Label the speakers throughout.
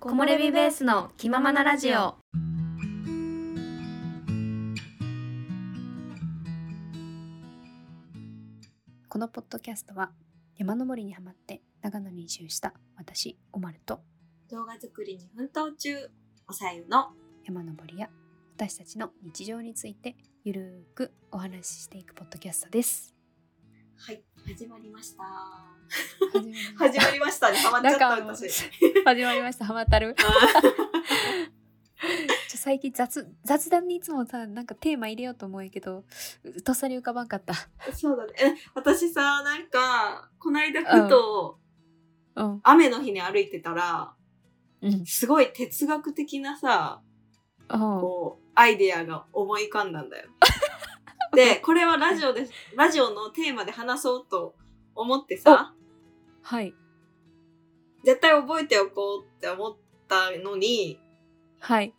Speaker 1: 木漏れ日ベースの気ままなラジオ
Speaker 2: このポッドキャストは山登りにハマって長野に移住した私おまると
Speaker 3: 動画作りに奮闘中おさゆの
Speaker 2: 山登りや私たちの日常についてゆるーくお話ししていくポッドキャストです。
Speaker 3: はい始まりました
Speaker 2: 始
Speaker 3: 始まりましたねハマっちゃった私
Speaker 2: 始まりました。ハマったる。 ちょ最近雑雑談にいつもさなんかテーマ入れようと思うんやけどうとっさに浮かばんかった。
Speaker 3: そうだねえ私さなんかこないだふと
Speaker 2: うん
Speaker 3: 雨の日に歩いてたら
Speaker 2: うん
Speaker 3: すごい哲学的なさ
Speaker 2: おう
Speaker 3: こうアイデアが思い浮かんだんだよでこれはラジオですラジオのテーマで話そうと思ってさ
Speaker 2: はい
Speaker 3: 絶対覚えておこうって思ったのに
Speaker 2: はい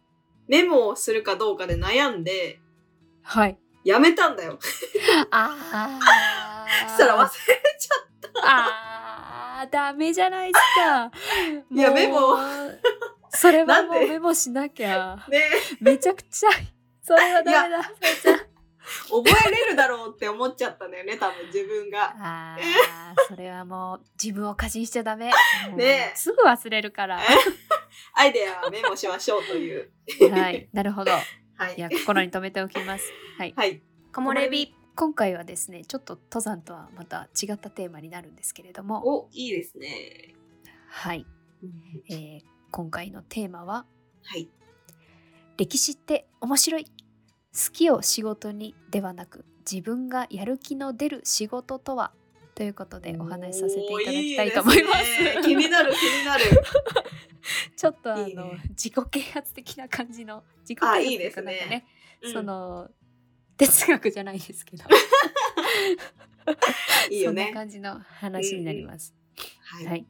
Speaker 3: メモをするかどうかで悩んで
Speaker 2: はい。
Speaker 3: やめたんだよ
Speaker 2: ああ。
Speaker 3: そしたら忘れちゃっ
Speaker 2: あーダメじゃないですか。
Speaker 3: いや
Speaker 2: もう
Speaker 3: メモ。
Speaker 2: それは
Speaker 3: なん
Speaker 2: もう
Speaker 3: で
Speaker 2: メモしなきゃ。
Speaker 3: たね
Speaker 2: めちゃくちゃ。それはダメだ。それじゃ
Speaker 3: 覚えれるだろうって思っちゃったんだよね多分自分 が
Speaker 2: ああー、それはもう自分を過信しちゃダメ。も う
Speaker 3: ねえ
Speaker 2: すぐ忘れ るから。
Speaker 3: アイデアはメモしましょうという
Speaker 2: はい、なるほど。
Speaker 3: はい
Speaker 2: いや、心に留めておきます。はい。
Speaker 3: はい
Speaker 1: 木漏れ日
Speaker 2: 今回はですね、ちょっと登山とはまた違ったテーマになるんですけれども、
Speaker 3: おいいですね
Speaker 2: はい、えー今回のテーマは
Speaker 3: はい
Speaker 2: 歴史って面白い好きを仕事にではなく自分がやる気の出る仕事とはということでお話しさせていただきたいと思いま
Speaker 3: おー
Speaker 2: す
Speaker 3: いいですね気になる気になる
Speaker 2: ちょっとあの
Speaker 3: いいね
Speaker 2: 自己啓発的な感じの自己啓発
Speaker 3: あいい
Speaker 2: とい
Speaker 3: で
Speaker 2: うか
Speaker 3: す
Speaker 2: な
Speaker 3: ね
Speaker 2: んかね
Speaker 3: うん
Speaker 2: その哲学じゃないですけど
Speaker 3: いいよ
Speaker 2: そん
Speaker 3: ね
Speaker 2: な感じの話になります、
Speaker 3: はい、
Speaker 2: はい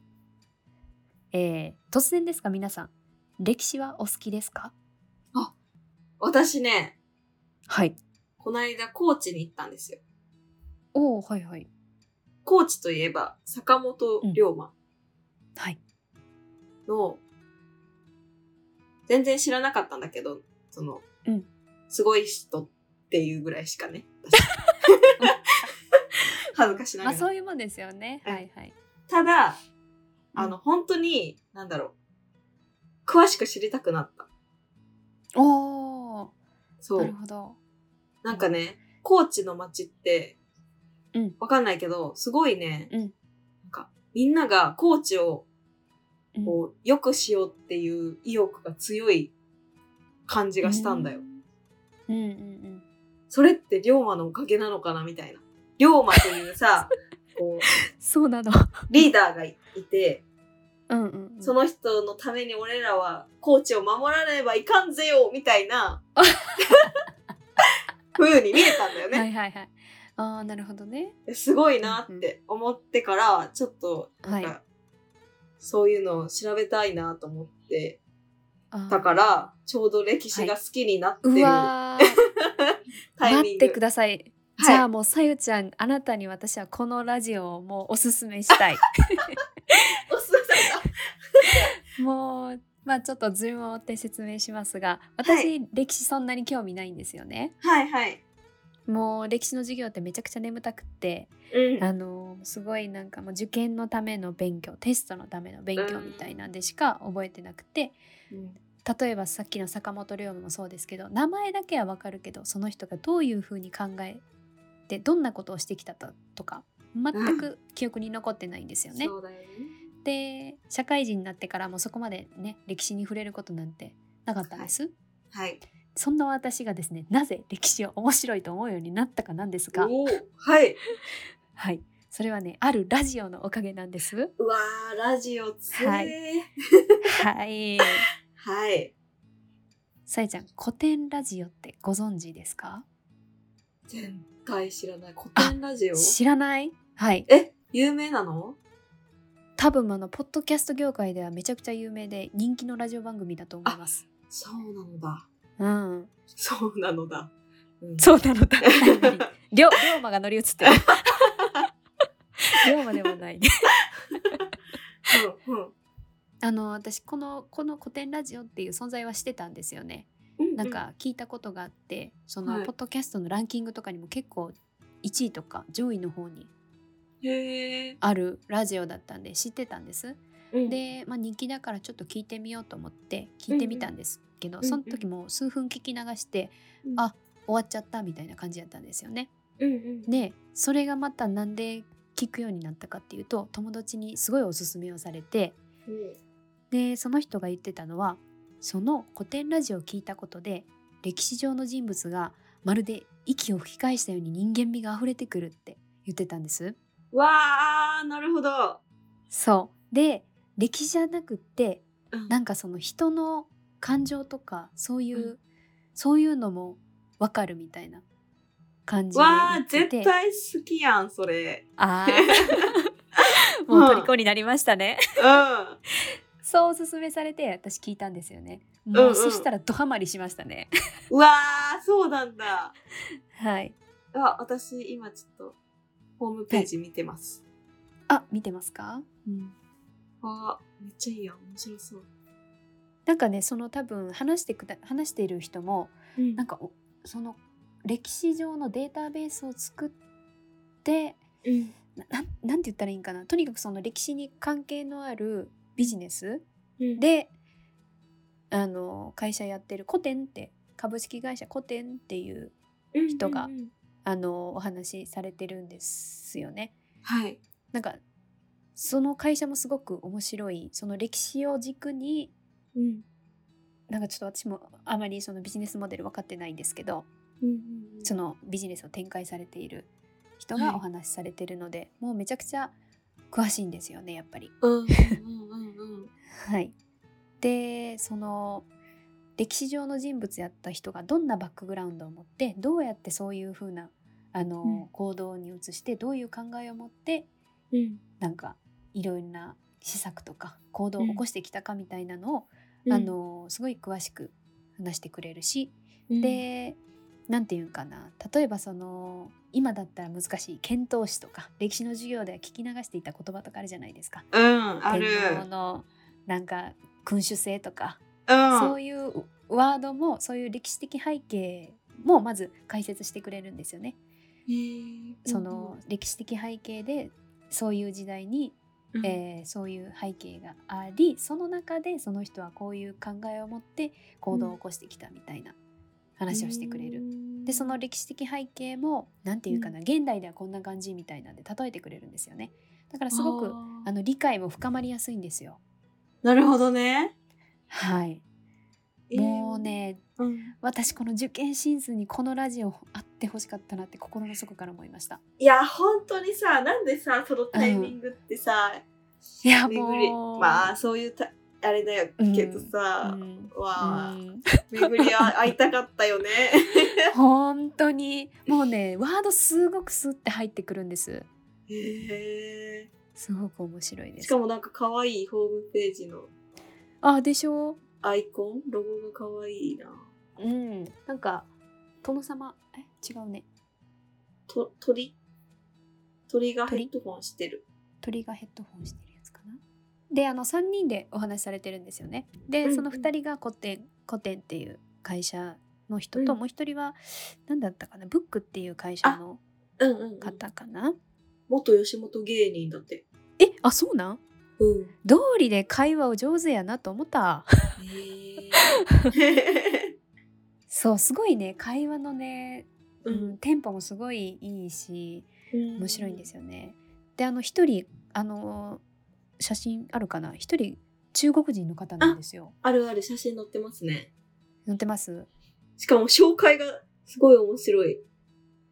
Speaker 2: えー、突然ですが皆さん歴史はお好きですか
Speaker 3: 私ね
Speaker 2: はい
Speaker 3: この間高知に行ったんですよ
Speaker 2: おおはいはい
Speaker 3: 高知といえば坂本龍馬
Speaker 2: はい
Speaker 3: の、全然知らなかったんだけどその、
Speaker 2: うん
Speaker 3: すごい人っていうぐらいしかね私 恥ずかしな
Speaker 2: ま
Speaker 3: が
Speaker 2: あ
Speaker 3: ら
Speaker 2: そういうもんですよね
Speaker 3: うん
Speaker 2: はいはい
Speaker 3: ただ、あの、本当に、なんだろう。詳しく知りたくなった。
Speaker 2: おお
Speaker 3: そ
Speaker 2: なる
Speaker 3: う。
Speaker 2: ほど
Speaker 3: なんかね、高知の街って、
Speaker 2: うん
Speaker 3: わかんないけど、すごいね、
Speaker 2: うん
Speaker 3: なんか、みんなが高知を、
Speaker 2: うん
Speaker 3: こう、良くしようっていう意欲が強い感じがしたんだよ。
Speaker 2: うんうんうん
Speaker 3: それって龍馬のおかげなのかな、みたいな。龍馬という さ、こう、
Speaker 2: そうなの
Speaker 3: リーダーがいいて、
Speaker 2: うんうん
Speaker 3: その人のために俺らはコーチを守らねばいかんぜよみたい な風に見えたんだよね、
Speaker 2: はいはいはいああなるほどね
Speaker 3: すごいなって思ってからちょっと
Speaker 2: は
Speaker 3: なん
Speaker 2: い
Speaker 3: かそういうのを調べたいなと思って
Speaker 2: あー
Speaker 3: だからちょうど歴史が好きになってる
Speaker 2: うわー
Speaker 3: タイ
Speaker 2: 待
Speaker 3: ミ
Speaker 2: っ
Speaker 3: ング、
Speaker 2: てください
Speaker 3: はい
Speaker 2: じゃあもうさゆちゃんあなたに私はこのラジオをもうおすすめし たい
Speaker 3: おすすめ
Speaker 2: もうまあちょっとズームを追って説明しますが私、歴史そんなに興味ないんですよね
Speaker 3: だ はいはい、
Speaker 2: もう歴史の授業ってめちゃくちゃ眠たくって
Speaker 3: うん、
Speaker 2: あのすごいなんかもう受験のための勉強テストのための勉強みたいなんでしか覚えてなくて、例えばさっきの坂本龍馬もそうですけど名前だけはわかるけどその人がどういうふうに考えてどんなことをしてきたととか全く記憶に残ってないんですよね。
Speaker 3: そうだよね
Speaker 2: で社会人になってからもそこまでね歴史に触れることなんてなかったんです。
Speaker 3: はい
Speaker 2: そんな私がですねなぜ歴史を面白いと思うようになったかなんですが、
Speaker 3: おーはい
Speaker 2: はい、それはねあるラジオのおかげなん です。
Speaker 3: うわーラジオつえー
Speaker 2: はいはい。
Speaker 3: はい
Speaker 2: さえちゃん、古典ラジオってご存知ですか
Speaker 3: 絶対知らない古典ラジオ
Speaker 2: 知らないはい。
Speaker 3: え有名なの
Speaker 2: 多分あの、ポッドキャスト業界ではめちゃくちゃ有名で人気のラジオ番組だと思います。
Speaker 3: そうなのだ
Speaker 2: うん。
Speaker 3: そうなのだ、うん
Speaker 2: そうな のだ。りょ龍馬が乗り移ってる。龍馬でもないね。
Speaker 3: うんうん
Speaker 2: あの私このこの古典ラジオっていう存在はしてたんですよね。なんか聞いたことがあってその
Speaker 3: はい
Speaker 2: ポッドキャストのランキングとかにも結構1位とか上位の方に
Speaker 3: うんうんへえ、
Speaker 2: あるラジオだったんで知ってたんです。
Speaker 3: うん、
Speaker 2: で、まあ、人気だからちょっと聞いてみようと思って聞いてみたんですけど、
Speaker 3: うんうん
Speaker 2: その時もう数分聞き流して、
Speaker 3: うん
Speaker 2: あ終わっちゃったみたいな感じだったんですよね。
Speaker 3: うんうん、
Speaker 2: でそれがまたなんで聞くようになったかっていうと友達にすごいおすすめをされてでその人が言ってたのはその古典ラジオを聞いたことで歴史上の人物がまるで息を吹き返したように人間味が溢れてくるって言ってたんです。
Speaker 3: わあなるほど、
Speaker 2: そうで歴史じゃなくって
Speaker 3: うん
Speaker 2: なんかその人の感情とかそういう、
Speaker 3: う
Speaker 2: そういうのもわかるみたいな感じ
Speaker 3: わあ
Speaker 2: 言って
Speaker 3: 絶
Speaker 2: て
Speaker 3: 対好きやんそれ
Speaker 2: あ ーもう虜になりましたね、
Speaker 3: うん
Speaker 2: そうおすすめされて私聞いたんですよねもう、
Speaker 3: うんうん
Speaker 2: そしたらドハマりしましたね
Speaker 3: うわあそうなんだ
Speaker 2: はい
Speaker 3: あ私今ちょっとホームページ見てます、
Speaker 2: あ見てますか、うん、
Speaker 3: あめっちゃいいやん面白そう、
Speaker 2: なんかねその多分話してくだ話している人も
Speaker 3: うん
Speaker 2: なんかおその歴史上のデータベースを作って
Speaker 3: うん
Speaker 2: ななんなんて言ったらいいんかなとにかくその歴史に関係のあるビジネス
Speaker 3: うん、
Speaker 2: であの会社やってる古典って株式会社古典っていう人が
Speaker 3: うんうんうん
Speaker 2: あのお話しされてるんですよね。
Speaker 3: はい
Speaker 2: なんかその会社もすごく面白いその歴史を軸に
Speaker 3: うん
Speaker 2: なんかちょっと私もあまりそのビジネスモデル分かってないんですけど
Speaker 3: うんうんうん
Speaker 2: そのビジネスを展開されている人
Speaker 3: はい
Speaker 2: がお話しされてるので、もうめちゃくちゃ詳しいんですよねやっぱり。
Speaker 3: うんうんうんうん
Speaker 2: はい、でその歴史上の人物やった人がどんなバックグラウンドを持ってどうやってそういう風なあの、
Speaker 3: うん
Speaker 2: 行動に移してどういう考えを持って
Speaker 3: うん
Speaker 2: なんかいろいろな施策とか行動を起こしてきたかみたいなのを、
Speaker 3: うん
Speaker 2: あのすごい詳しく話してくれるし、
Speaker 3: うん
Speaker 2: で何て言うんかな例えばその今だったら難しい遣唐使とか歴史の授業では聞き流していた言葉とかあるじゃないですか。
Speaker 3: うんある
Speaker 2: 天皇のなんか君主制とか、
Speaker 3: うん
Speaker 2: そういうワードもそういう歴史的背景もまず解説してくれるんですよね。
Speaker 3: へー
Speaker 2: その歴史的背景でそういう時代に、
Speaker 3: うん
Speaker 2: えーそういう背景がありその中でその人はこういう考えを持って行動を起こしてきたみたいな話をしてくれる。
Speaker 3: うん
Speaker 2: でその歴史的背景も何て言うかな、現代ではこんな感じみたいなんで例えてくれるんですよね。だからすごく
Speaker 3: あー
Speaker 2: あの理解も深まりやすいんですよ。
Speaker 3: なるほどね
Speaker 2: はい、もう、ね
Speaker 3: えーうん
Speaker 2: 私この受験シーズンにこのラジオあってほしかったなって心の底から思いました
Speaker 3: いや本当にさなんでさそのタイミングってさ、
Speaker 2: いや
Speaker 3: 巡り
Speaker 2: もう
Speaker 3: まあそういうたあれだよけどさ、
Speaker 2: うん
Speaker 3: わあ、
Speaker 2: うん
Speaker 3: 巡りあ会いたかったよね
Speaker 2: 本当にもうねワードすごくスって入ってくるんです
Speaker 3: へ
Speaker 2: すごく面白い
Speaker 3: ー
Speaker 2: で
Speaker 3: し
Speaker 2: す
Speaker 3: かもなんか可愛いホームページの
Speaker 2: あでしょう
Speaker 3: アイコンロゴが可愛いな
Speaker 2: うんなんか殿様え違うね
Speaker 3: と鳥鳥がヘ
Speaker 2: 鳥
Speaker 3: ッドホンしてる
Speaker 2: 鳥がヘッドホンしてるやつかなであの3人でお話しされてるんですよねで、
Speaker 3: うんうん
Speaker 2: その2人が古典古典っていう会社の人と、
Speaker 3: うん
Speaker 2: もう1人は何だったかなブックっていう会社の
Speaker 3: うんうん、うん、
Speaker 2: 方かな、
Speaker 3: 元吉本芸人だって
Speaker 2: えあそうなん
Speaker 3: うん
Speaker 2: 道理で会話を上手やなと思った
Speaker 3: へー
Speaker 2: そうすごいね会話のね、
Speaker 3: う
Speaker 2: うん
Speaker 3: ん、
Speaker 2: テンポもすごいいいし 面
Speaker 3: 面
Speaker 2: 白いんですよね、であの1人あの写真あるかな1人中国人の方なんですよ
Speaker 3: あるある写真載ってますね
Speaker 2: 載ってます
Speaker 3: しかも紹介がすごい面白い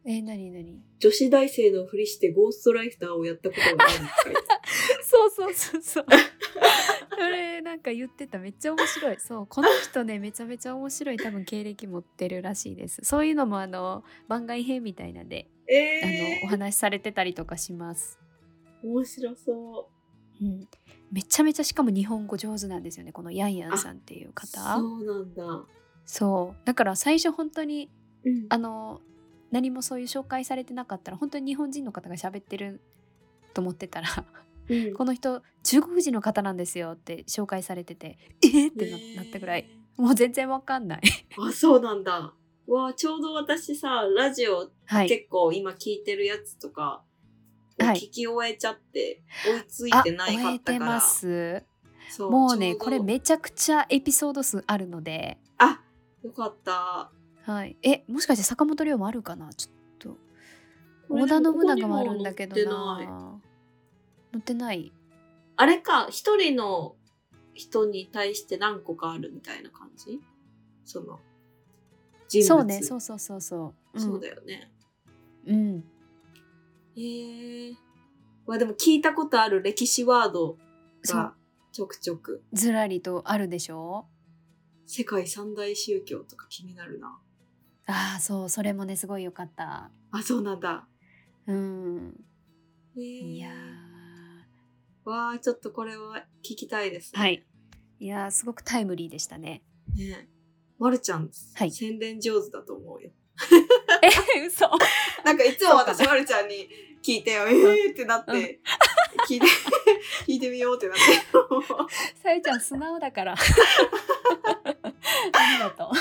Speaker 2: えー、なになに
Speaker 3: 女子大生のふりしてゴーストライターをやったことがあるって書いてある
Speaker 2: そうそうそう そう。それなんか言ってためっちゃ面白い。そうこの人ねめちゃめちゃ面白い多分経歴持ってるらしいです。そういうのもあの番外編みたいなんで、 あのお
Speaker 3: え
Speaker 2: 話しされてたりとかします。
Speaker 3: ー、面白そう
Speaker 2: うん。めちゃめちゃしかも日本語上手なんですよねこのヤンヤンさんっていう方。そう
Speaker 3: そうなんだ、
Speaker 2: だから最初本当に
Speaker 3: うん
Speaker 2: あの何もそういう紹介されてなかったら本当に日本人の方が喋ってると思ってたら
Speaker 3: うん
Speaker 2: この人中国人の方なんですよって紹介されててえっってな,、なったぐらい
Speaker 3: ね
Speaker 2: もう全然わか んない
Speaker 3: えあそうなんだわちょうど私さラジオ
Speaker 2: はい
Speaker 3: 結構今聞いてるやつとかを
Speaker 2: はい
Speaker 3: 聞き終えちゃって、追いつい
Speaker 2: あ
Speaker 3: てないか
Speaker 2: 終
Speaker 3: っ
Speaker 2: え
Speaker 3: た
Speaker 2: て
Speaker 3: か
Speaker 2: ま
Speaker 3: ら
Speaker 2: す
Speaker 3: そ
Speaker 2: もうね
Speaker 3: ちょど
Speaker 2: これめちゃくちゃエピソード数あるので
Speaker 3: あよかった
Speaker 2: はいえもしかして坂本龍もあるかなちょっと
Speaker 3: これ
Speaker 2: 織田信長もあるんだけど
Speaker 3: ここにも載ってない
Speaker 2: な載ってない
Speaker 3: あれか一人の人に対して何個かあるみたいな感じその人物
Speaker 2: そうねそうそうそうそう、ん、
Speaker 3: そうだよね
Speaker 2: うん
Speaker 3: へえー、わでも聞いたことある歴史ワード
Speaker 2: そう
Speaker 3: がちょくちょく
Speaker 2: ずらりとあるでしょ
Speaker 3: 世界三大宗教とか気になるな
Speaker 2: ああそうそれもねすごいよかった
Speaker 3: あそうなんだ
Speaker 2: うん
Speaker 3: へえ
Speaker 2: いや
Speaker 3: わあちょっとこれは聞きたいです
Speaker 2: ー
Speaker 3: ね、
Speaker 2: はいいやーすごくタイムリーでしたね
Speaker 3: ねまるちゃん、
Speaker 2: はい
Speaker 3: 宣伝上手だと思うよ
Speaker 2: え嘘
Speaker 3: なんかいつも私
Speaker 2: そう
Speaker 3: まるちゃんに聞いてよえーってなって、
Speaker 2: うん
Speaker 3: 聞いて 聞いてみようってなって
Speaker 2: さゆちゃん素直だ からありがと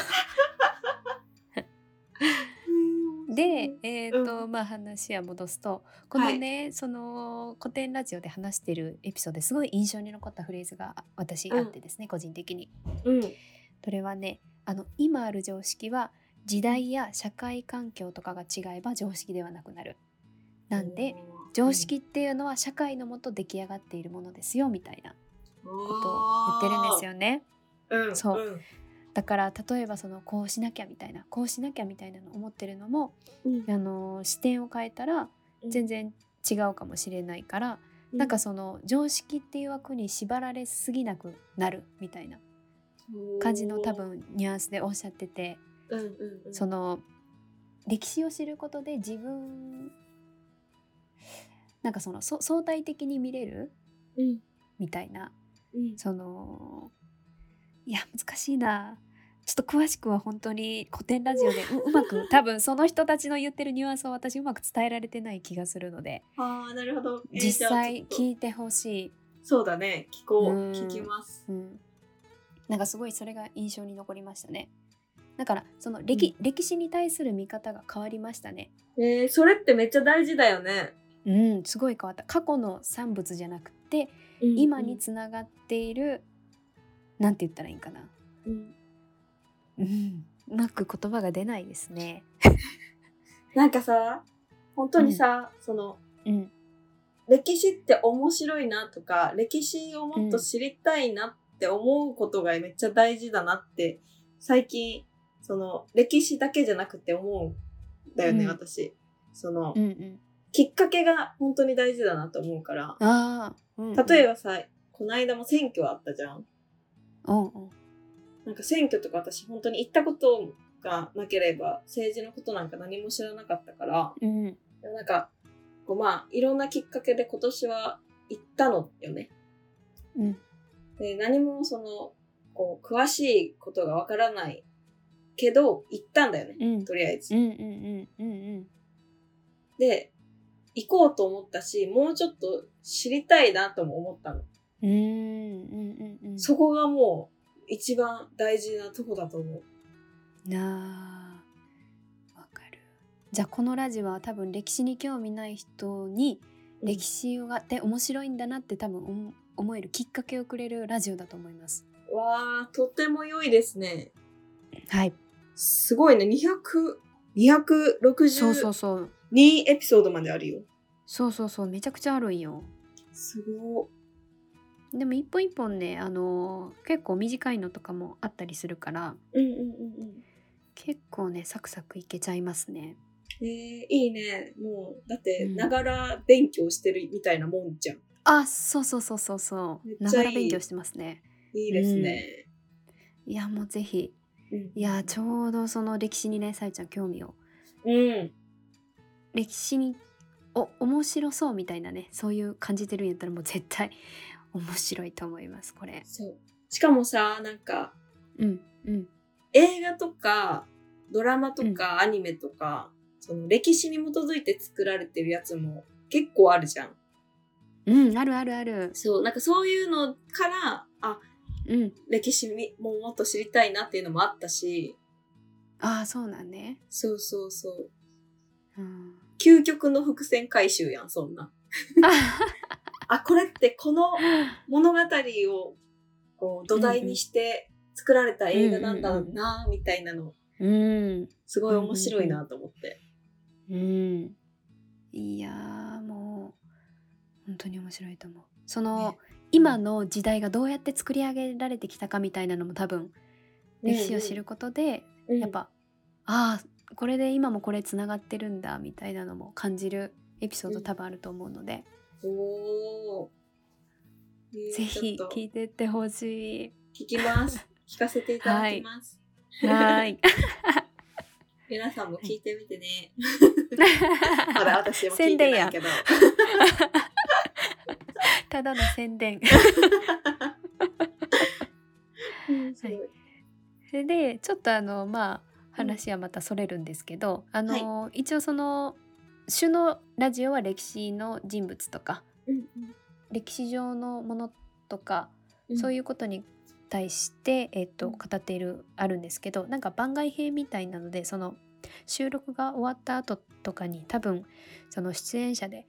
Speaker 2: うでえっ、と、まあ話は戻すとこのね、その古典ラジオで話してるエピソードですごい印象に残ったフレーズが私あってですね、個人的に
Speaker 3: うん
Speaker 2: それはねあの今ある常識は時代や社会環境とかが違えば常識ではなくなるなんで常識っていうのは社会のもと出来上がっているものですよみたいなこ
Speaker 3: こと
Speaker 2: を言ってるんです
Speaker 3: よ、
Speaker 2: よね
Speaker 3: うん、
Speaker 2: そうだから例えばそのこうしなきゃみたいなこうしなきゃみたいなの思ってるのも
Speaker 3: うん、
Speaker 2: あの視点を変えたら
Speaker 3: うん
Speaker 2: 全然違うかもしれないから、
Speaker 3: う
Speaker 2: なんかその常識っていう枠に縛られすぎなくなるみたいな感じの多、分ニュアンスでおっしゃってて
Speaker 3: うんうんうん、
Speaker 2: その歴史を知ることで自分なんかそのそ相対的に見れる
Speaker 3: うん
Speaker 2: みたいな
Speaker 3: うん、
Speaker 2: そのいや難しいなちょっと詳しくは本当に古典ラジオでううま く多分その人たちの言ってるニュアンスを私うまく伝えられてない気がするので
Speaker 3: ああなるほど、えー
Speaker 2: 実
Speaker 3: じゃあち
Speaker 2: 際
Speaker 3: ょっ
Speaker 2: 聞いてほしい、
Speaker 3: とそうだね聞こう
Speaker 2: うん
Speaker 3: 聞きます
Speaker 2: うん、なんかすごいそれが印象に残りましたねだからその歴,、歴史に対する見方が変わりましたね
Speaker 3: えー、それってめっちゃ大事だよね、
Speaker 2: うんすごい変わった過去の産物じゃなくて今につながっている、なんて言ったらいいんかな
Speaker 3: うん
Speaker 2: うんうまく言葉が出ないですね
Speaker 3: なんかさ本当にさ、その
Speaker 2: うん
Speaker 3: 歴史って面白いなとか歴史をもっと知りたいなって思うことがめっちゃ大事だなって最近その歴史だけじゃなくて思うんだよね、
Speaker 2: うん
Speaker 3: 私その、
Speaker 2: うん
Speaker 3: きっかけが本当に大事だなと思うから
Speaker 2: うん、ああ、うんうん、
Speaker 3: 例え
Speaker 2: ば、
Speaker 3: ばさこの間も選挙あったじゃん
Speaker 2: うんうん、
Speaker 3: なんか選挙とか私本当に行ったことがなければ政治のことなんか何も知らなかったから
Speaker 2: うん
Speaker 3: でもなんかこうまあいろんなきっかけで今年は行ったのよね
Speaker 2: うん
Speaker 3: で何もそのこう詳しいことがわからないけど行ったんだよね、
Speaker 2: うん
Speaker 3: とりあえず。
Speaker 2: うんうんうんうん
Speaker 3: で行こうと思ったしもうちょっと知りたいなとも思ったの。
Speaker 2: うんうんうんうん
Speaker 3: そこがもう一番大事なとこだと思う。
Speaker 2: なあわかるじゃあこのラジオは多分歴史に興味ない人に歴史があって面白いんだなって多分思思えるきっかけをくれるラジオだと思います
Speaker 3: わあとても良いですね。
Speaker 2: はい
Speaker 3: すごいね200 262
Speaker 2: そうそうそう
Speaker 3: エピソードまであるよ。
Speaker 2: そうそうそうめちゃくちゃあるんよ
Speaker 3: すご
Speaker 2: でも一本一本ねあのー結構短いのとかもあったりするから
Speaker 3: い。うんうんうんうん。
Speaker 2: 結構ねサクサクいけちゃいますね
Speaker 3: えー、いいね。もうだって
Speaker 2: うん
Speaker 3: ながら勉強してるみたいなもんじゃん。
Speaker 2: あそうそうそうそうそ
Speaker 3: めっちゃ
Speaker 2: う
Speaker 3: い
Speaker 2: ないがら勉強してますね
Speaker 3: いいですね。
Speaker 2: いやもうぜひ
Speaker 3: うん
Speaker 2: いやちょうどその歴史にねさゆちゃん興味を
Speaker 3: うん。
Speaker 2: 歴史にお面白そうみたいなねそういう感じてるんやったらもう絶対面白いと思いますこれ
Speaker 3: そう。しかもさ、なんか
Speaker 2: うんうん
Speaker 3: 映画とかドラマとかアニメとか、その歴史に基づいて作られてるやつも結構あるじゃん。
Speaker 2: うん、あるあるある。
Speaker 3: そう、なんかそういうのから、あ、
Speaker 2: うん。
Speaker 3: 歴史みももっと知りたいなっていうのもあったし、
Speaker 2: ああ、そうなんね。
Speaker 3: そうそうそう。
Speaker 2: うん。
Speaker 3: 究極の伏線回収やん、そん な。あ、これってこの物語をこう土台にして作られた映画なんだろうな、みたいなの、
Speaker 2: うん。
Speaker 3: すごい面白いなと思って。
Speaker 2: うん。いやーもう本当に面白いと思う。その、
Speaker 3: ね
Speaker 2: 今の時代がどうやって作り上げられてきたかみたいなのも多分歴史を知ることで、
Speaker 3: うん
Speaker 2: やっ、ぱああこれで今もこれつながってるんだみたいなのも感じるエピソー
Speaker 3: う
Speaker 2: ド
Speaker 3: ん
Speaker 2: 多分あると思うので、
Speaker 3: おお。ね
Speaker 2: ぜひ
Speaker 3: ちょっと
Speaker 2: 聞いてってほし
Speaker 3: 聞きます。聞かせていただきます。
Speaker 2: い。はーい。
Speaker 3: 皆さんも聞いてみてね。まだ私も聞いてないけど。
Speaker 2: ただの宣伝。
Speaker 3: うん
Speaker 2: はいそれでちょっとあのまあ話はまたそれるんですけど、あの、一応その主のラジオは歴史の人物とか歴史上のものとか、そう
Speaker 3: い
Speaker 2: いうことに対して、えっと
Speaker 3: うん
Speaker 2: 語っているあるんですけどなんか番外編みたいなのでその収録が終わった後とかに多分その出演者で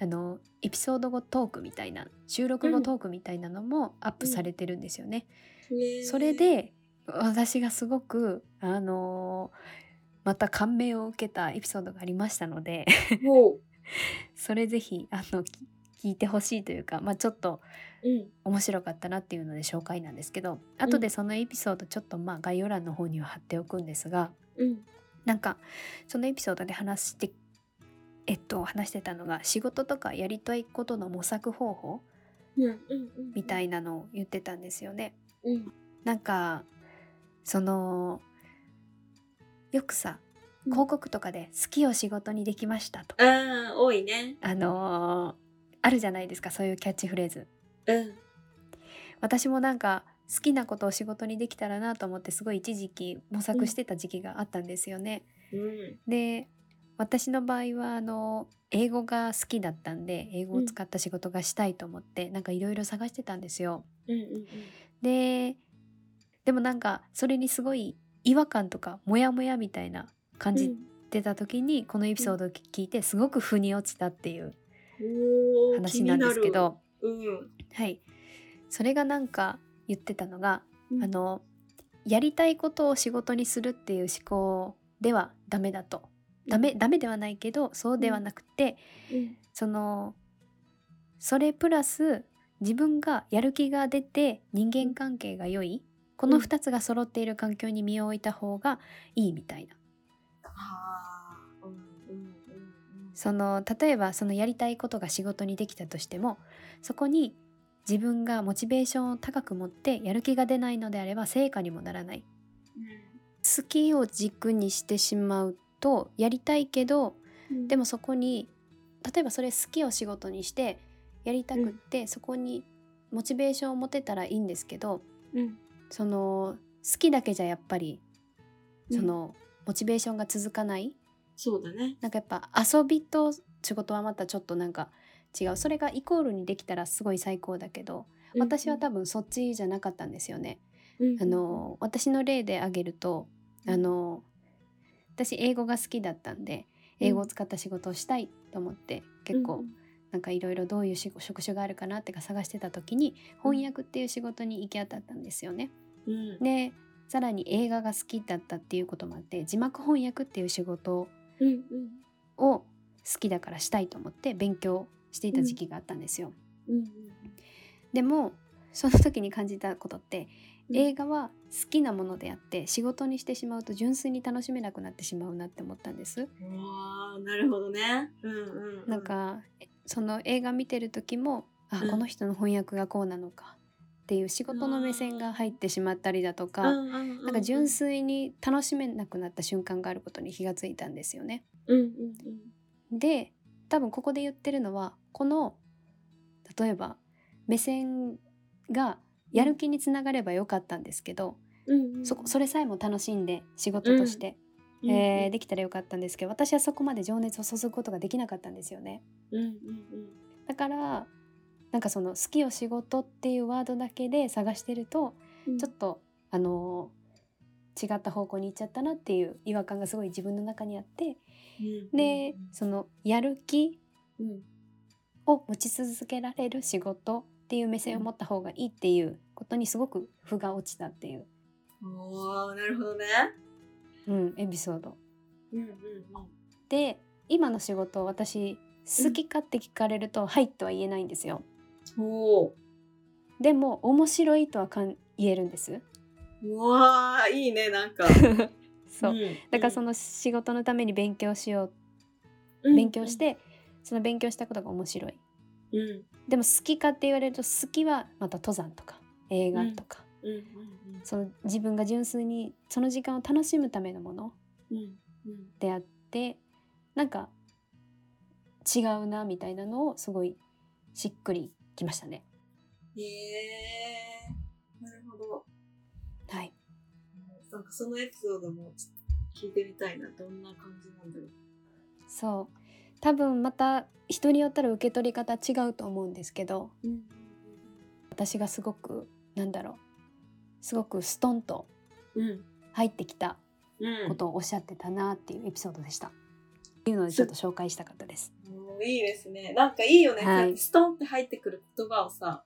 Speaker 2: あのエピソード後トークみたいな収録
Speaker 3: う
Speaker 2: 後
Speaker 3: ん
Speaker 2: トークみたいなのもアップされてるんですよね。
Speaker 3: う、ね
Speaker 2: それ、で私がすごくあのーまた感銘を受けたエピソードがありましたので
Speaker 3: も
Speaker 2: それぜひあのき聞いてほしいというか、まあ、ちょっと
Speaker 3: う、うん、
Speaker 2: 面白かったなっていうので紹介なんですけど後でそのエピソードちょっとまあ概要欄の方には貼っておくんですが
Speaker 3: うん、
Speaker 2: なんかそのエピソードで話してえっと話してたのが仕事とかやりたいことの模索方法
Speaker 3: うん、うん、
Speaker 2: みた
Speaker 3: い。
Speaker 2: いなのを言ってたんですよね。
Speaker 3: うん、
Speaker 2: なんかそのよくさ
Speaker 3: うん
Speaker 2: 広告とかで「好きを仕事にできました」とか、
Speaker 3: ああ、多いね。
Speaker 2: あのーあるじゃないですかそういうキャッチフレーズ。
Speaker 3: うん、
Speaker 2: 私もなんか好きなことを仕事にできたらなと思ってすごい一時期模索してた時期があったんですよね。
Speaker 3: うん、
Speaker 2: で私の場合はあの英語が好きだったんで英語を使った仕事がしたいと思って、なんかいろいろ探してたんですよ。
Speaker 3: うん、
Speaker 2: ででもなんかそれにすごい違和感とかモヤモヤみたいな感じてた時に、このエピソードを聞いてすごく腑に落ちたっていう
Speaker 3: うん、おー
Speaker 2: 話なんですけ。ど、
Speaker 3: 気になる
Speaker 2: はい、それがなんか言ってたのが、
Speaker 3: うん、
Speaker 2: あ、のやりたいことを仕事にするっていう思考ではダメだとダメダメではないけどそうではなくて、
Speaker 3: うん、
Speaker 2: そのそれプラス自分がやる気が出て人間関係が良いこの
Speaker 3: うん
Speaker 2: 2つが揃っている環境に身を置いた方がいいみたいな
Speaker 3: ああ、うん、うん、うん、
Speaker 2: その例えばそのやりたいことが仕事にできたとしてもそこに自分がモチベーションを高く持ってやる気が出ないのであれば成果にもならない好きを軸にしてしまうとやりたいけど
Speaker 3: うん、
Speaker 2: でもそこに例えばそれ好きを仕事にしてやりたくって、そこにモチベーションを持てたらいいんですけど
Speaker 3: うん、
Speaker 2: その好きだけじゃやっぱり
Speaker 3: うん
Speaker 2: その、モチベーションが続かない
Speaker 3: そうだね。
Speaker 2: なんかやっぱ遊びと仕事はまたちょっとなんか違うそれがイコールにできたらすごい最高だけど私は多分そっちじゃなかったんですよね。
Speaker 3: 分
Speaker 2: あ、の私の例で挙げるとあの私英語が好きだったんで英語を使った仕事をしたいと思って、結構なんかいろいろどういう仕職種があるかなってか探してた時に翻訳っていう仕事に行き当たったんですよね。
Speaker 3: うん、
Speaker 2: でさらに映画が好きだったっていうこともあって字幕翻訳っていう仕事
Speaker 3: うん、うん、
Speaker 2: を好きだからしたいと思って勉強していた時期があったんですよ。
Speaker 3: うん、
Speaker 2: でもその時に感じたことって
Speaker 3: うん
Speaker 2: 映画は好きなものであって仕事にしてしまうと純粋に楽しめなくなってしまうなって思ったんです。
Speaker 3: うん。わあ、なるほどね。うん、うん、
Speaker 2: なん、かその映画見てる時もあ
Speaker 3: うん
Speaker 2: この人の翻訳がこうなのかっていう仕事の目線が入ってしまったりだとか、
Speaker 3: うん、うん、
Speaker 2: なんか純粋に楽しめなくなった瞬間があることに気がついたんですよね。
Speaker 3: うん、うん、うん。
Speaker 2: で多分ここで言ってるのはこの例えば目線がやる気につながればよかったんですけど、そこそれさえも楽しんで仕事として、
Speaker 3: うん
Speaker 2: えーできたらよかったんですけど私はそこまで情熱を注ぐことができなかったんですよね。
Speaker 3: うんうん
Speaker 2: だからなんかその「好きを仕事」っていうワードだけで探してるとちょっとあのー違った方向に行っちゃったなっていう違和感がすごい自分の中にあってでそのやる気
Speaker 1: うん
Speaker 2: を持ち続けられる仕事っていう目線を持った方がいいっていうことにすごく負が落ちたっていう、
Speaker 1: おーなるほどね。
Speaker 2: うん、エピソード。
Speaker 1: うんうんうん。
Speaker 2: で今の仕事私好きかって聞かれると「はい」とは言えないんですよ。
Speaker 1: おー
Speaker 2: でも面白いとはかん言えるんです。
Speaker 1: うわーいいねなん か。
Speaker 2: そう、
Speaker 1: ん
Speaker 2: だからその仕事のために勉強しよ
Speaker 1: う
Speaker 2: うん勉強して、その勉強したことが面白い。
Speaker 1: うんうん
Speaker 2: でも好きかって言われると好きはまた登山とか映画とか、
Speaker 1: うん
Speaker 2: その自分が純粋にその時間を楽しむためのもの
Speaker 1: うんうんうん
Speaker 2: であってなんか違うなみたいなのをすごいしっくりきましたね。
Speaker 1: へえー、なるほど。
Speaker 2: はい、
Speaker 1: なんかそのエピソードもちょっと聞いてみたいなどんな感じなんだろう。
Speaker 2: そう多分また人によったら受け取り方違うと思うんですけど
Speaker 1: うん
Speaker 2: 私がすごくなんだろうすごくストンと
Speaker 1: うん
Speaker 2: 入ってきた
Speaker 1: うん。
Speaker 2: ことをおっしゃってたなっていうエピソードでした。っていうのでちょっと紹介したかったです。
Speaker 1: もういいですね。なんかいいよね。
Speaker 2: は
Speaker 1: そうや
Speaker 2: い
Speaker 1: ってストンって入ってくる言葉をさ、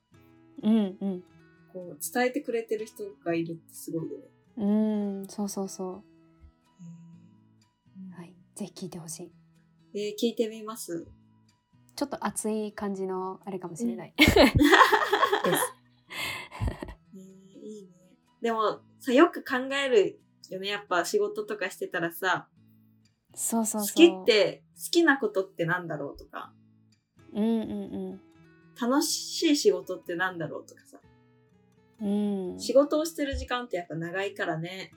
Speaker 2: うんうん
Speaker 1: こう伝えてくれてる人がいるってすごいよね。
Speaker 2: うーんそうそうそ
Speaker 1: うん
Speaker 2: う、はい、ぜひ聞いてほしい
Speaker 1: えー聞いてみます。
Speaker 2: ちょっと熱い感じのあれかもしれない、 です
Speaker 1: えーいいね。でもさ、よく考えるよね。やっぱ仕事とかしてたらさ、
Speaker 2: そうそうそう
Speaker 1: 好きって、好きなことってなんだろうとか、
Speaker 2: うんうん
Speaker 1: 楽しい仕事ってなんだろうとかさ、
Speaker 2: うんうん
Speaker 1: 仕事をしてる時間ってやっぱ長いからね。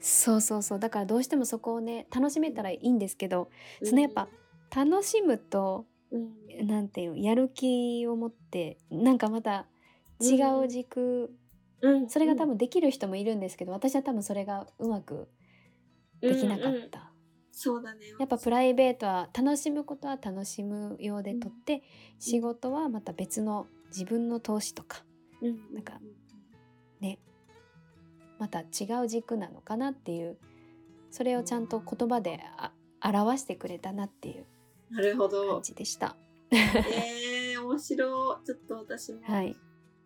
Speaker 2: そうそうそうだからどうしてもそこをね楽しめたらいいんですけどそのやっぱ楽しむと
Speaker 1: うん、
Speaker 2: なんていうのやる気を持ってなんかまた違う軸、
Speaker 1: うん、
Speaker 2: それが多分できる人もいるんですけど私は多分それがうまくできなかった、
Speaker 1: うんうんそうだね。
Speaker 2: やっぱプライベートは楽しむことは楽しむようでとって、仕事はまた別の自分の投資とか
Speaker 1: うん、
Speaker 2: なんかねまた違う軸なのかなっていうそれをちゃんと言葉であ表してくれたなっていう
Speaker 1: なるほど
Speaker 2: 感。じでした。
Speaker 1: えー、面白い。ちょっと私も
Speaker 2: は
Speaker 1: 聞
Speaker 2: い、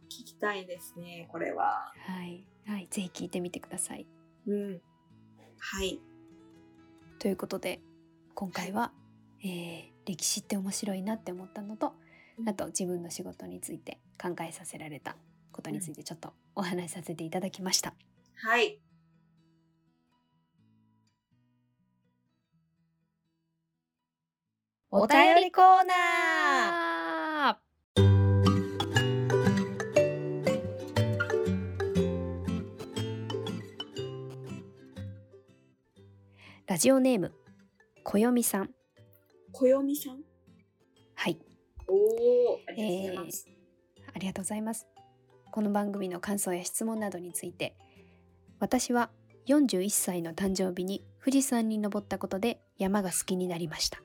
Speaker 1: きたいですね、これは。
Speaker 2: はい、はい、ぜひ聞いてみてください。
Speaker 1: うん。はい。
Speaker 2: ということで今回は、えー歴史って面白いなって思ったのとあと自分の仕事について考えさせられたことについてちょっとお話しさせていただきました。
Speaker 1: はい。
Speaker 3: お便りコーナー
Speaker 2: あーラジオネームこよみさん
Speaker 1: 小読みさん。
Speaker 2: はい
Speaker 1: おお、ありがとうございます。
Speaker 2: ありがとうございますこの番組の感想や質問などについて私は41歳の誕生日に富士山に登ったことで山が好きになりました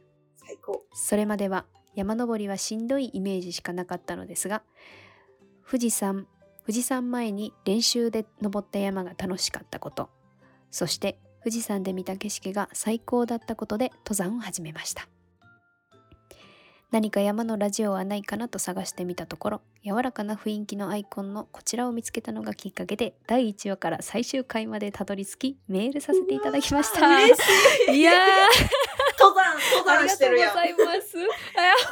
Speaker 1: 最高。
Speaker 2: それまでは山登りはしんどいイメージしかなかったのですが富士山富士山前に練習で登った山が楽しかったことそして富士山で見た景色が最高だったことで登山を始めました何か山のラジオはないかなと探してみたところ柔らかな雰囲気のアイコンのこちらを見つけたのがきっかけで第1話から最終回までたどり着きメールさせていただきました
Speaker 1: うわー嬉しい。
Speaker 2: いやー
Speaker 1: 登山、登山してるやん。
Speaker 2: ありがとうございます。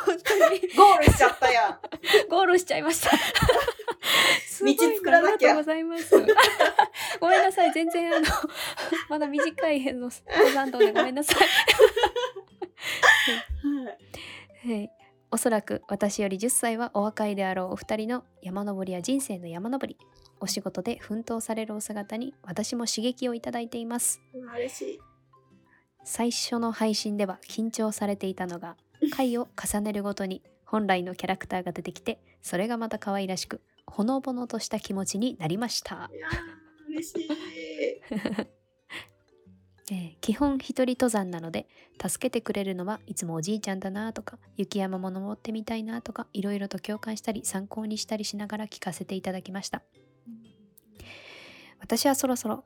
Speaker 2: あ、本当 に
Speaker 1: ゴールしちゃったやん。
Speaker 2: ゴールしちゃいま した。すごい
Speaker 1: 道作らなきゃ
Speaker 2: ありがとうございます。ごめんなさい、全然あの まだ短い編の登山道でごめんなさい。
Speaker 1: はい。
Speaker 2: はい、おそらく私より10歳はお若いであろうお二人の山登りや人生の山登り、お仕事で奮闘されるお姿に私も刺激をいただいています。
Speaker 1: うわ嬉しい。
Speaker 2: 最初の配信では緊張されていたのが回を重ねるごとに本来のキャラクターが出てきてそれがまた可愛らしくほのぼのとした気持ちになりました、
Speaker 1: いやー嬉しい。
Speaker 2: えー基本一人登山なので助けてくれるのはいつもおじいちゃんだなとか雪山も登ってみたいなとかいろいろと共感したり参考にしたりしながら聞かせていただきました私はそろそろ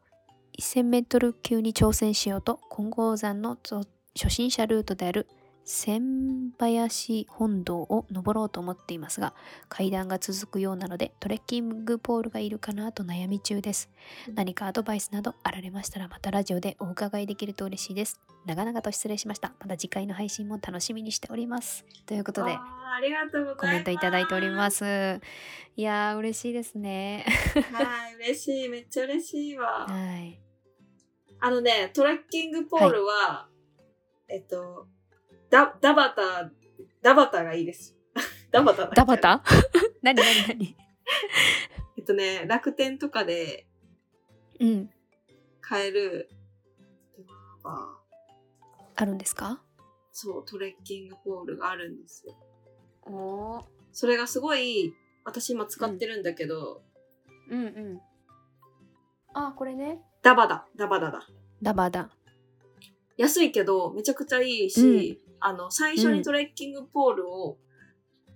Speaker 2: 1000m 級に挑戦しようと金剛山の初心者ルートである千林本堂を登ろうと思っていますが階段が続くようなのでトレッキングポールがいるかなと悩み中です何かアドバイスなどあられましたらまたラジオでお伺いできると嬉しいです長々と失礼しましたまた次回の配信も楽しみにしておりますということで
Speaker 3: あーありがとうございます。
Speaker 2: コメントいただいておりま。すいやー嬉しいですね
Speaker 3: はい、嬉しい。めっちゃ嬉しいわ。
Speaker 2: はい
Speaker 3: あのね、トレッキングポールは、えっと、だ、ダバタ、ダバタがいいです。 ダバタだっけ
Speaker 2: ダバタ 何何何
Speaker 3: えっとね、楽天とかで
Speaker 2: うん
Speaker 3: 買える、まあ
Speaker 2: あるんですか
Speaker 3: そう、トレッキングポールがあるんですよ。
Speaker 2: お
Speaker 3: それがすごい、私今使ってるんだけど、
Speaker 2: うんうんあこれね
Speaker 3: ダバダ、ダバダだ。
Speaker 2: ダバダ
Speaker 3: 安いけど、めちゃくちゃいいし、あの、最初にトレッキングポールを、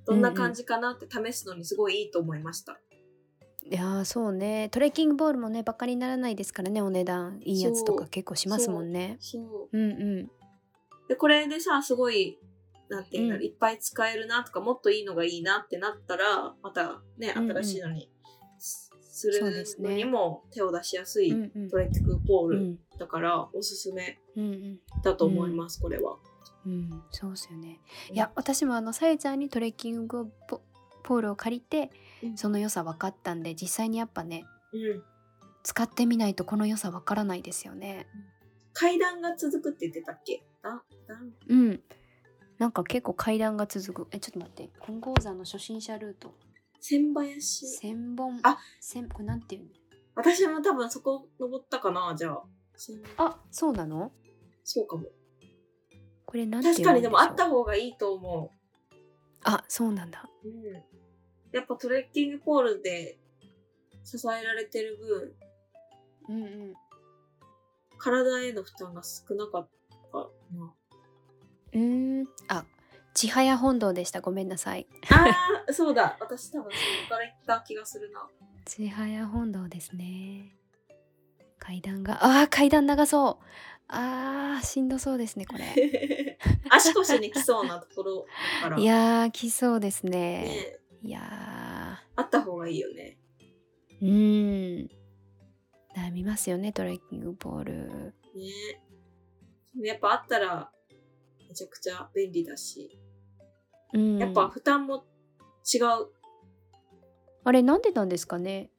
Speaker 3: どんな感じかなって試すのにすごいいいと思いました。
Speaker 2: いやーそうねトレッキングボールもねバカにならないですからねお値段いいやつと
Speaker 3: そ
Speaker 2: か
Speaker 3: う
Speaker 2: 結構しますもんね
Speaker 3: そう。
Speaker 2: うんうん
Speaker 3: で、これでさ、すごい、なんていうんだろう、
Speaker 2: うん
Speaker 3: いっぱい使えるなとか、もっといいのがいいなってなったら、またね、
Speaker 2: うんうん
Speaker 3: 新しいのにすする
Speaker 2: そうですね
Speaker 3: のにも手を出しやす
Speaker 2: う
Speaker 3: い
Speaker 2: んうん
Speaker 3: トレッキングポー
Speaker 2: う
Speaker 3: ル
Speaker 2: ん
Speaker 3: だから、おすすめ
Speaker 2: うんうん
Speaker 3: だと思います、これは。
Speaker 2: うんそうですよねいや私もあのさゆちゃんにトレッキングポポールを借りて
Speaker 3: うん
Speaker 2: その良さ分かったんで実際にやっぱね
Speaker 3: うん。
Speaker 2: 使ってみないとこの良さ分からないですよね
Speaker 3: 階段が続くって言ってたっけだ段
Speaker 2: うんなんか結構階段が続くえちょっと待って金剛山の初心者ルート
Speaker 3: 千林。
Speaker 2: 千本
Speaker 3: あ
Speaker 2: 千これなんていうの
Speaker 3: 私も多分そこ登ったかな、じゃあ。千
Speaker 2: あそうなの
Speaker 3: そうかも。
Speaker 2: これなんていう
Speaker 3: 確かにでもあ
Speaker 2: た
Speaker 3: った方がいいと思う。
Speaker 2: あそうなんだ
Speaker 3: うんやっぱトレッキングポールで支えられてる分、
Speaker 2: うんうん
Speaker 3: 体への負担が少なかった な。
Speaker 2: うーんあ千早本堂でしたごめんなさい
Speaker 3: ああ、そうだ。私多分そこから行った気がする な。
Speaker 2: 千早本堂ですね階段があー階段長そうあーしんどそうですねこ れ
Speaker 3: 足腰に来そうなところだから。
Speaker 2: いやーきそうですね
Speaker 3: ね
Speaker 2: いや
Speaker 3: あった方がいいよね。
Speaker 2: ーうーん悩みますよねトレッキングボール
Speaker 3: ねやっぱあったらめちゃくちゃ便利だし、
Speaker 2: うん
Speaker 3: やっぱ負担も違う。
Speaker 2: あれなんでなんですかね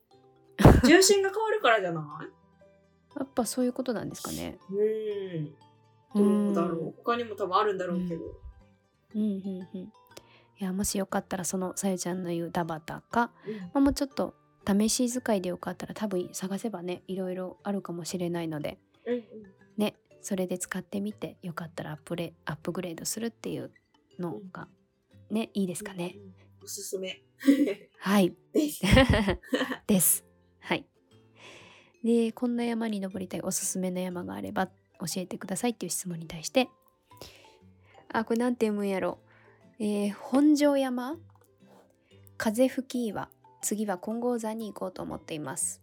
Speaker 3: 重心が変わるからじゃない
Speaker 2: やっぱそういうことなんですかね
Speaker 3: うん。どうだろう。他にも多分あるんだろうけど。
Speaker 2: うんうんうんいやもしよかったらそのさゆちゃんの言うダバタか
Speaker 3: うん
Speaker 2: まあ、もうちょっと試し使いでよかったら多分探せばねいろいろあるかもしれないので
Speaker 3: うんうん
Speaker 2: ねそれで使ってみてよかったらアップレアップグレードするっていうのがねいいですかね。
Speaker 3: うんうん。おすすめ
Speaker 2: はい
Speaker 3: です。
Speaker 2: です。はいでこんな山に登りたいおすすめの山があれば教えてくださいっていう質問に対してあこれなんて読むんやろえー本庄山風吹き岩次は金剛山に行こうと思っています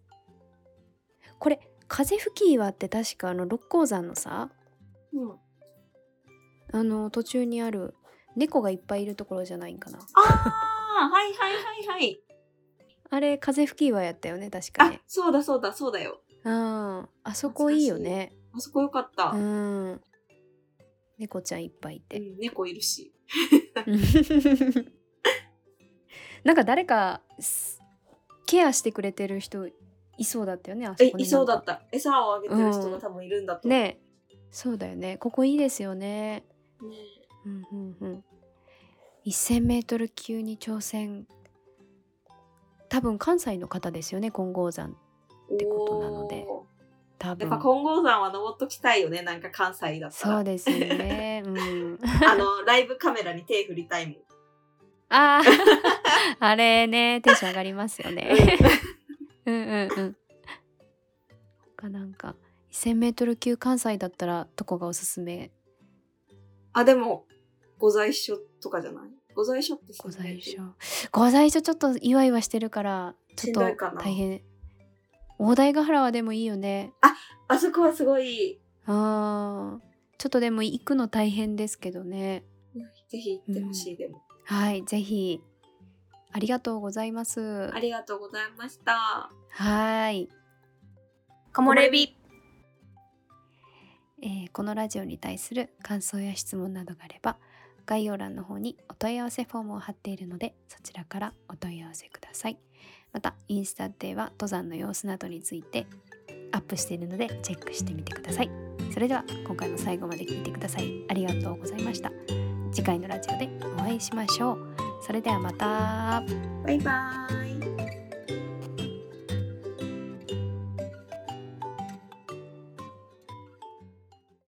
Speaker 2: これ風吹き岩って確かあの六甲山のさ
Speaker 3: うん、あ
Speaker 2: あの途中にある猫がいっぱいいるところじゃないんかな
Speaker 3: あー、はいはいはいはい。
Speaker 2: あれ風吹き岩やったよね確か
Speaker 3: あ
Speaker 2: ね、
Speaker 3: そうだそうだそうだよ。
Speaker 2: うんあそこいいよね
Speaker 3: あそこよかった。
Speaker 2: う
Speaker 3: うん
Speaker 2: ん猫ちゃんいっぱいいて、
Speaker 3: 猫いるし。
Speaker 2: なんか誰かすケアしてくれてる人いそうだったよねあそ
Speaker 3: え、
Speaker 2: こね
Speaker 3: いそうだっ
Speaker 2: なんか
Speaker 3: た。餌をあげてる人が多分いるんだと思う。
Speaker 2: ねそうだよねここいいですよね
Speaker 3: ね
Speaker 2: うんうんうん 1000m 級に挑戦多分関西の方ですよね金剛山ってことなので
Speaker 3: おー
Speaker 2: 多
Speaker 3: やっぱ
Speaker 2: 分
Speaker 3: 金剛山は登っときたいよね。なんか関西だった
Speaker 2: そう
Speaker 3: ら。
Speaker 2: ですよねうん
Speaker 3: あの、ライブカメラに手振りたいもん。
Speaker 2: ああ あれねテンション上が りますよねうんうんうん他なんか 1000m 級関西だったらどこがおすすめ
Speaker 1: あ、でも、御在所とかじゃない御在所って
Speaker 2: ご在所ご在所ちょっとイワイワしてるからちょっと
Speaker 1: しんどいかな
Speaker 2: 大変大台ヶ原はでもいいよね
Speaker 1: あそこはすごい、
Speaker 2: あーちょっとでも行くの大変ですけどね
Speaker 1: ぜひ行ってほしい、でも。
Speaker 2: はいぜひありがとうございます
Speaker 1: ありがとうございました。
Speaker 2: はい
Speaker 3: 木漏れ日。
Speaker 2: えーこのラジオに対する感想や質問などがあれば概要欄の方にお問い合わせフォームを貼っているのでそちらからお問い合わせくださいまたインスタでは登山の様子などについてアップしているのでチェックしてみてくださいそれでは今回も最後まで聞いてくださいありがとうございました次回のラジオでお会いしましょうそれではまた
Speaker 1: バイバーイ。